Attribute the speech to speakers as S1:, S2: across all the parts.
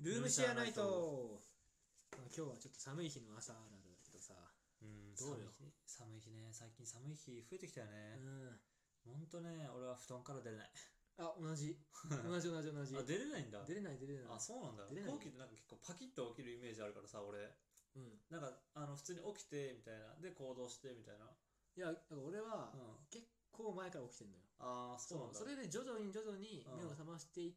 S1: ルームシェアナイトまあ今日はちょっと寒い日の朝あるあるだけどさ、
S2: うん、
S1: どうよ
S2: 寒い日寒い日ね、最近寒い日増えてきたよ
S1: う
S2: ね。
S1: ん、
S2: ほんとね、俺は布団から出れない。
S1: あ同じ同じ同じ同じ
S2: あ、出れないんだ。
S1: 出れない出れない
S2: あ、そうなんだ。
S1: 出れない
S2: 後期ってなんか結構パキッと起きるイメージあるからさ、俺。
S1: う、ん、
S2: なんか、あの、普通に起きて、みたいな。で、行動して、みたいな。
S1: いやだから俺は
S2: うん。
S1: 結構前から起きてんのよ
S2: ああ、そうなんだ。
S1: それで徐々に徐々に目を覚ましていっ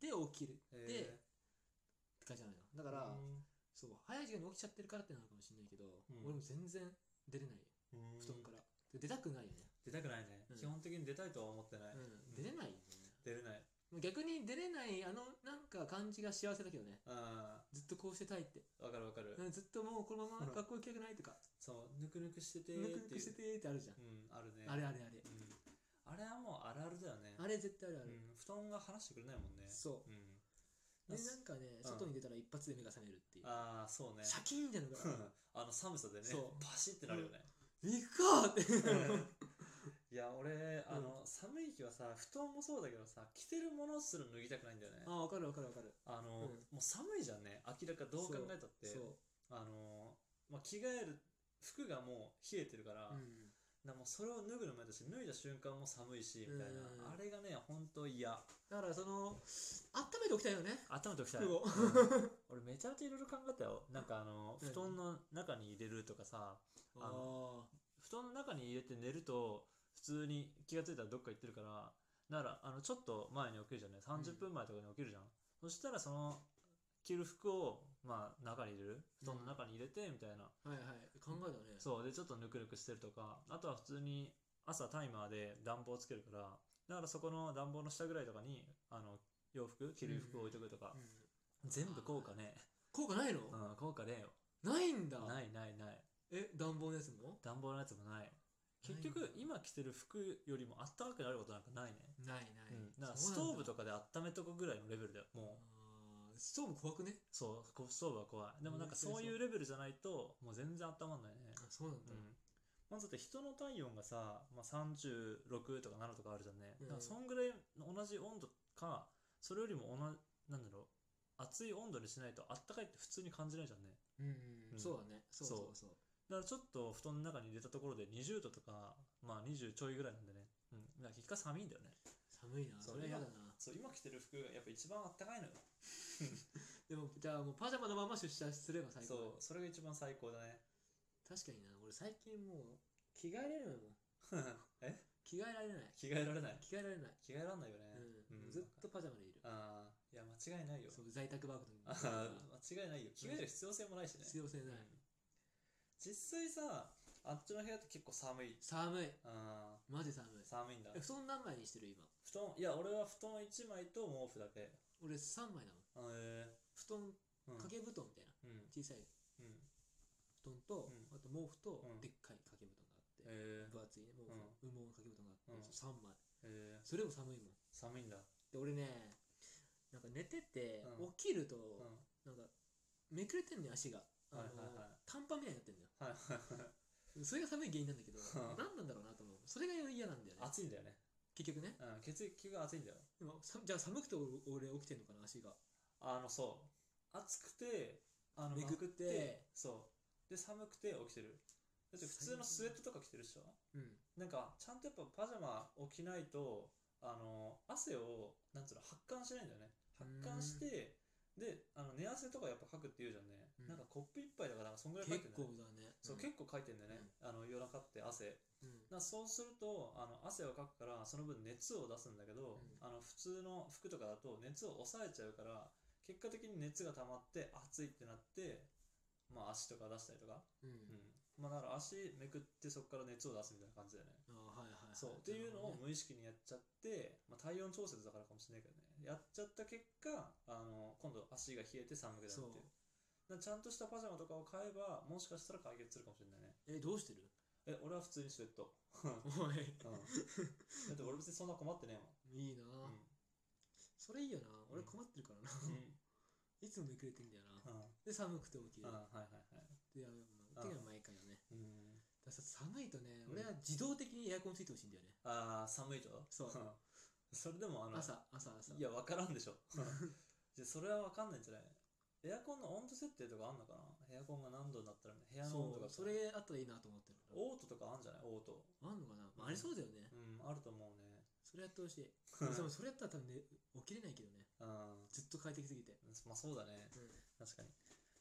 S1: て起きるって
S2: へー、
S1: 感じなのよだか、
S2: から
S1: そう早い時間に起きちゃってるからってなのかもしれないけど、
S2: ん
S1: 俺も全然出れないよ布団から、で出たくないよね、
S2: 出たくないね、
S1: うん
S2: 基本的に出たいとは思ってない。
S1: うん、出れないよね、
S2: 出れない。
S1: もう逆に出れないあのなんか感じが幸せだけどね
S2: うん。わ
S1: ずっとこうしてたいって、
S2: かるわかる、
S1: うん、ずっともうこのまま学校行きたくないとか
S2: そう、ぬくぬくしてて
S1: ぬ
S2: ーっていう。
S1: くぬくしててーってあるじゃん
S2: うん、あるね。
S1: あれあれあれ
S2: うん。あれはもうあるあるだよね。
S1: あれ絶対あるある、
S2: うん、布団が離してくれないもんね。。
S1: そう
S2: ん。
S1: でなんかね
S2: うん
S1: 外に出たら一発で目が覚めるっていう
S2: ああ、そうね。
S1: シャキーンってなるから
S2: あの寒さでね
S1: そう、
S2: パシってなるよね。
S1: 行くかって
S2: いや、俺、あの、寒い日はさ、布団もそうだけどさ、着てるものすら脱ぎたくないんだよね。
S1: あ分かる分かる分かる
S2: あの、
S1: うん
S2: もう寒いじゃんね。明らかどう考えたって。
S1: そ
S2: あの、まあ、着替える服がもう冷えてるから、
S1: う、うん、
S2: なもうそれを脱ぐのもやだし、脱いだ瞬間も寒いし、みたい
S1: うん
S2: な。あれがね、ほんと嫌。
S1: だからその温めておきたいよね
S2: 頭めておきたい。
S1: 服を
S2: うん俺めちゃめちゃいろいろ考えたよ。なんかあの、
S1: うん
S2: 布団の中に入れるとかさ、あ
S1: あ
S2: 布団の中に入れて寝ると普通に気がついたらどっか行ってるからならあのちょっと前に起きるじゃんね30分前とかに起きるじゃん、そしたらその着る服をまあ中に入れる布団の中に入れてみたいな、
S1: あはいはい考えたね
S2: そうでちょっとぬくぬくしてるとかあとは普通に朝タイマーで暖房つけるからだからそこの暖房の下ぐらいとかにあの洋服着る服を置いとくとか
S1: う、ん、
S2: 全部効果ね、
S1: 効果ないの、
S2: うん、効果ねえよ
S1: ないんだ
S2: ないないない
S1: え暖房のやつも
S2: 暖房のやつもない結
S1: ない
S2: 局
S1: んだ
S2: 今着てる服よりもあったかくなることなんかないね
S1: ないない、
S2: うん、だから
S1: そう
S2: ス
S1: なん
S2: ト
S1: だ
S2: ーブとかで温めとくぐらいのレベルだよも
S1: あ
S2: う
S1: ーストーブ怖くね
S2: そうこうストーブは怖いでもなんかそういうレベルじゃないともう全然温まんないね
S1: あそうなん
S2: う
S1: だ、
S2: んまずだって人の体温がさ、まあ、36とか7とかあるじゃんね
S1: うん
S2: だからそんぐらいの同じ温度かそれよりも同じなんだろう熱い温度にしないとあったかいって普通に感じないじゃんね
S1: うん
S2: うん
S1: そうだねそうそうそう
S2: だからちょっと布団の中に入れたところで20度とかまあ20ちょいぐらいなんでねうんだから結果寒いんだよね
S1: 寒いな
S2: そ
S1: そうれは嫌だな
S2: そう今着てる服がやっぱ一番あったかいのよ
S1: でもじゃあもうパジャマのまま出社すれば最高だ
S2: そうそれが一番最高だね
S1: 確かにな俺最近もう着替えれるのよもう
S2: え
S1: 着替 えられない
S2: 着替えられない
S1: 着替えられない、
S2: 着替えらんないよね
S1: うん
S2: うん
S1: ずっとパジャマでいる
S2: ああいや間違いないよ
S1: そう在宅ワークの
S2: あー間違いないよ着替える必要性もないしね
S1: 必要性ない
S2: 実際さあっちの部屋って結構寒い
S1: 寒い
S2: あ
S1: マジ寒い
S2: ー寒いんだ
S1: え布団何枚にしてる今
S2: 布団いや俺は布団1枚と毛布だけへ
S1: 俺3枚なの
S2: え
S1: 布団
S2: うん
S1: 掛け布団みたいな
S2: うん
S1: 小さい
S2: うん
S1: 布団と、
S2: うん
S1: あと毛布と、
S2: うん
S1: でっかい掛け布団があって、
S2: へえ
S1: 分厚いね毛布、羽毛の掛け布団があって、
S2: うん
S1: 3枚
S2: へえ
S1: それも寒いもん
S2: 寒いんだ
S1: で俺ねなんか寝てて、
S2: うん
S1: 起きると、
S2: うん
S1: なんかめくれてんね足が、あの
S2: はいはいはい
S1: 短パンみたいになってんだよ
S2: はいはいはい
S1: それが寒い原因なんだけど
S2: うん
S1: 何なんだろうなと思うそれが嫌なんだよね
S2: 暑いんだよね
S1: 結局ね
S2: うん血液が暑いんだよ
S1: でもさじゃあ寒くて俺俺起きてんのかな足が
S2: あのそう暑くてあの
S1: めくって
S2: まてそうで寒くて起きてるだって普通のスウェットとか着てるっしょ
S1: うん
S2: なんかちゃんとやっぱパジャマを着ないとあの汗をなんつうの発汗しないんだよね発汗してであの寝汗とかやっぱかくって言うじゃんね、
S1: うん
S2: なんかコップ一杯だからなんかそんぐらいかいて
S1: 結
S2: んだ
S1: 構
S2: よね
S1: だね
S2: そ
S1: ん
S2: う、結構かいてんだよね、あの夜中って汗
S1: うん
S2: だからそうするとあの汗をかくからその分熱を出すんだけ
S1: う
S2: ど、あの普通の服とかだと熱を抑えちゃうから結果的に熱が溜まって熱いってなって、まあ、足とか出したりとか、
S1: うん
S2: うんまあ、だから足めくってそこから熱を出すみたいな感じだよね。
S1: あーはいはいはい
S2: そうっていうのを
S1: なるほどね
S2: 無意識にやっちゃって、まあ、体温調節だからかもしれないけどねやっちゃった結果あの今度足が冷えて寒くなるってい
S1: そ
S2: う
S1: う
S2: だからちゃんとしたパジャマとかを買えばもしかしたら解決するかもしれないね
S1: えどうしてる
S2: え俺は普通にスウェット
S1: おい
S2: うんだって俺別にそんな困ってね
S1: いいな
S2: えもん。
S1: それいいよな俺
S2: うん
S1: 困ってるからな
S2: うん。
S1: いつもめくれてんだよな
S2: うん。
S1: で寒くて起き
S2: う
S1: る
S2: ん。はいはいはい。
S1: でやる
S2: あ
S1: 手が毎回よね
S2: うん。
S1: だからさ寒いとね
S2: うん
S1: 俺は自動的にエアコンついてほしいんだよね
S2: ああ、寒いと
S1: そうん
S2: それでもあの、
S1: 朝朝朝
S2: いや、わからんでしょ。でそれは分かん ないんじゃないエアコンの温度設定とかあんのかなエアコンが何度になったら部屋の温度
S1: そ
S2: が
S1: うそれあったらいいなと思ってる
S2: オートとかあんじゃないオート
S1: あんのかな、まあ、ありそうだよね
S2: うんあると思うね
S1: それやってほしいでもそれやったら多分、ね、起きれないけどね
S2: うん
S1: ずっと快適すぎて、
S2: まあそうだね
S1: うん、
S2: 確かに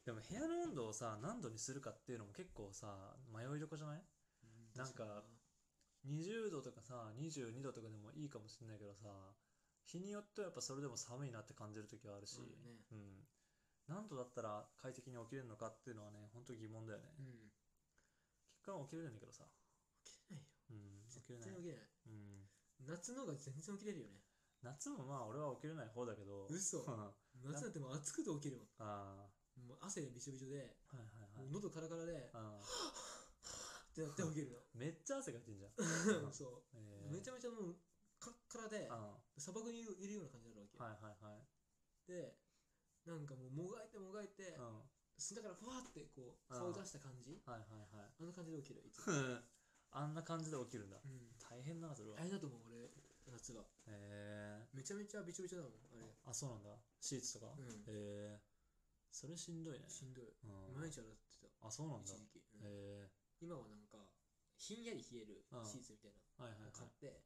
S2: でも部屋の温度をさ何度にするかっていうのも結構さ迷いどこじゃないなんか20度とかさ22度とかでもいいかもしれないけどさ日によってはやっぱそれでも寒いなって感じる時はあるし、
S1: そうだよね
S2: うん、何度だったら快適に起きれるのかっていうのはね本当疑問だよね、
S1: うん
S2: 結果は起きれるんだけどさ、
S1: 起きれないよ
S2: うん、起
S1: 絶
S2: きれ
S1: 対
S2: ない、
S1: 起きれない
S2: うん、
S1: 夏の方が全然起きれるよね
S2: 夏もまあ俺は起きれない方だけど
S1: 嘘
S2: あ
S1: 夏なんてもう暑くて起きるも
S2: あは
S1: んもう汗びしょびしょで
S2: いはい
S1: も
S2: は
S1: う
S2: い
S1: 喉カラカラでっ
S2: あ
S1: てなって起きる
S2: ーめっちゃ汗かいてんじゃん、
S1: の
S2: う
S1: そ
S2: んえ
S1: うめちゃ
S2: ゃ
S1: めちゃもうカラッカラで
S2: あ
S1: 砂漠にいるいるような感じになるわけ
S2: ーはいはいはい
S1: でなんかもうもがいてもがいて
S2: うん
S1: 砂からふわってこう
S2: う
S1: 顔
S2: ん
S1: 出した感じ
S2: はいはいはい
S1: あの感じで起きるいつも、
S2: あんな感じで起きるんだ。
S1: うん、
S2: 大変だな、それは。
S1: あれだと思う俺夏は
S2: え
S1: めちゃめちゃびちょびちょだもんあれ
S2: ー、あ、そうなんだ。シーツとか。
S1: うん
S2: えー、それしんどいね。
S1: しんどい
S2: うん
S1: 毎日洗ってた
S2: あ、そうなん
S1: 一
S2: だ。
S1: 時期、うん
S2: え
S1: 今はなんかひんやり冷えるシーツみたいな
S2: ー、はいはい
S1: のを買
S2: は
S1: って
S2: い。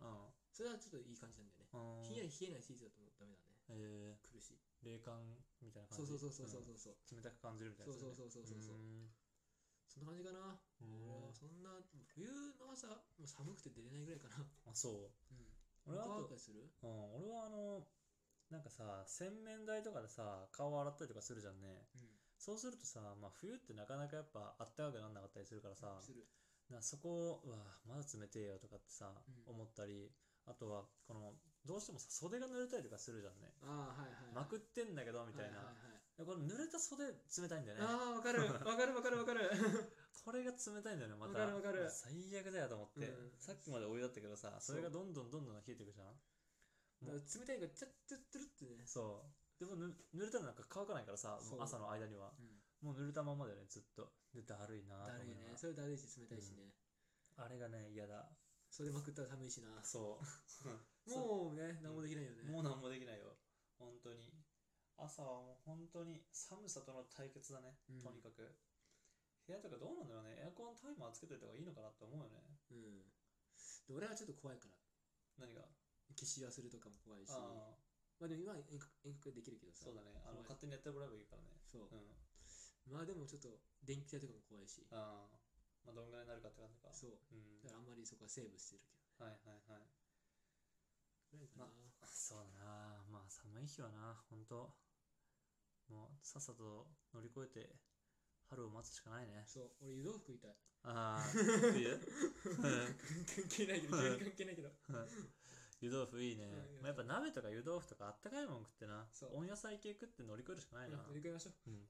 S1: それはちょっといい感じなんだよね
S2: うん。
S1: ひんやり冷えないシーツだともうダメだね
S2: え
S1: 苦しい
S2: ー、冷感みたいな
S1: そ
S2: 感
S1: う
S2: じ。
S1: そうそうそうそうそう
S2: うん冷たく感じるみたいなやつだね。
S1: そうそうそうそうそうそうんそんな感じかな俺はそんな冬の朝もう寒くて出れないぐらいかな
S2: あ、そう。
S1: うん
S2: 俺はあ
S1: ワ
S2: と
S1: クワクする
S2: うん、俺はあの、なんかさ、洗面台とかでさ、顔洗ったりとかするじゃんね。
S1: うん
S2: そうするとさ、まあ冬ってなかなかやっぱあったかくなんなかったりするからさ、
S1: する
S2: なそこをうわまだ冷てえよとかってさ、
S1: うん
S2: 思ったりあとはこのどうしてもさ袖が濡れたりとかするじゃんね、
S1: ああはいはいはい
S2: まくってんだけどみたいな、
S1: ははいはい
S2: この濡れた袖冷たいんだよね
S1: ああ、わかる。わかるわかるわか る。
S2: これが冷たいんだよねまた
S1: わかるわかる
S2: 最悪だよと思って、
S1: うん
S2: さっきまでお湯だったけどさそれがどんどんどんどん冷えていくじゃんもう
S1: 冷たいから、ちゃっちゃってるってね。
S2: そうでもぬ濡れたらなんか乾かないからさ
S1: そう
S2: もう朝の間には
S1: うん
S2: もう濡れたままだよねずっとでだるいな
S1: だ
S2: と思
S1: る
S2: い
S1: い
S2: なが
S1: ね。
S2: ら
S1: それだるいし、冷たいしね。
S2: あれがね嫌だ
S1: それまくったら寒いしな。
S2: そうそう
S1: もうね、何もできないよね。
S2: もう何もできないよ。本当に。朝はもう本当に寒さとの対決だね
S1: うん。
S2: とにかく。部屋とかどうなんだろうね。エアコンタイマーつけといた方がいいのかなって思うよね。
S1: うん。で俺はちょっと怖いから。
S2: 何が。
S1: 消し忘れとかも怖いし。
S2: ああ、
S1: まあでも今は遠隔遠隔できるけどさ。
S2: そうだね。あの
S1: 怖い
S2: 勝手にやってもらえばいいからね。
S1: そう
S2: うん。
S1: まあでもちょっと電気代とかも怖いし。
S2: ああ、まあどんぐらいになるかって感じか。
S1: そう。
S2: うん
S1: だ。からあんまりそこはセーブしてるけど。
S2: はいはいは
S1: ぐ
S2: い。
S1: らいかな。
S2: そうだな。まあ寒い日はな、本当。もうさっさと乗り越えて春を待つしかないね。
S1: そう、俺湯豆腐食い たい。
S2: ああ、 冬うん
S1: 関係ないけど、急に関係ないけど。
S2: 湯豆腐いいね
S1: うん。
S2: まあやっぱ鍋とか湯豆腐とかあったかいもん食ってな
S1: そ。う
S2: 温野菜系食って乗り越えるしかないな。
S1: うん乗り越えましょう。
S2: うん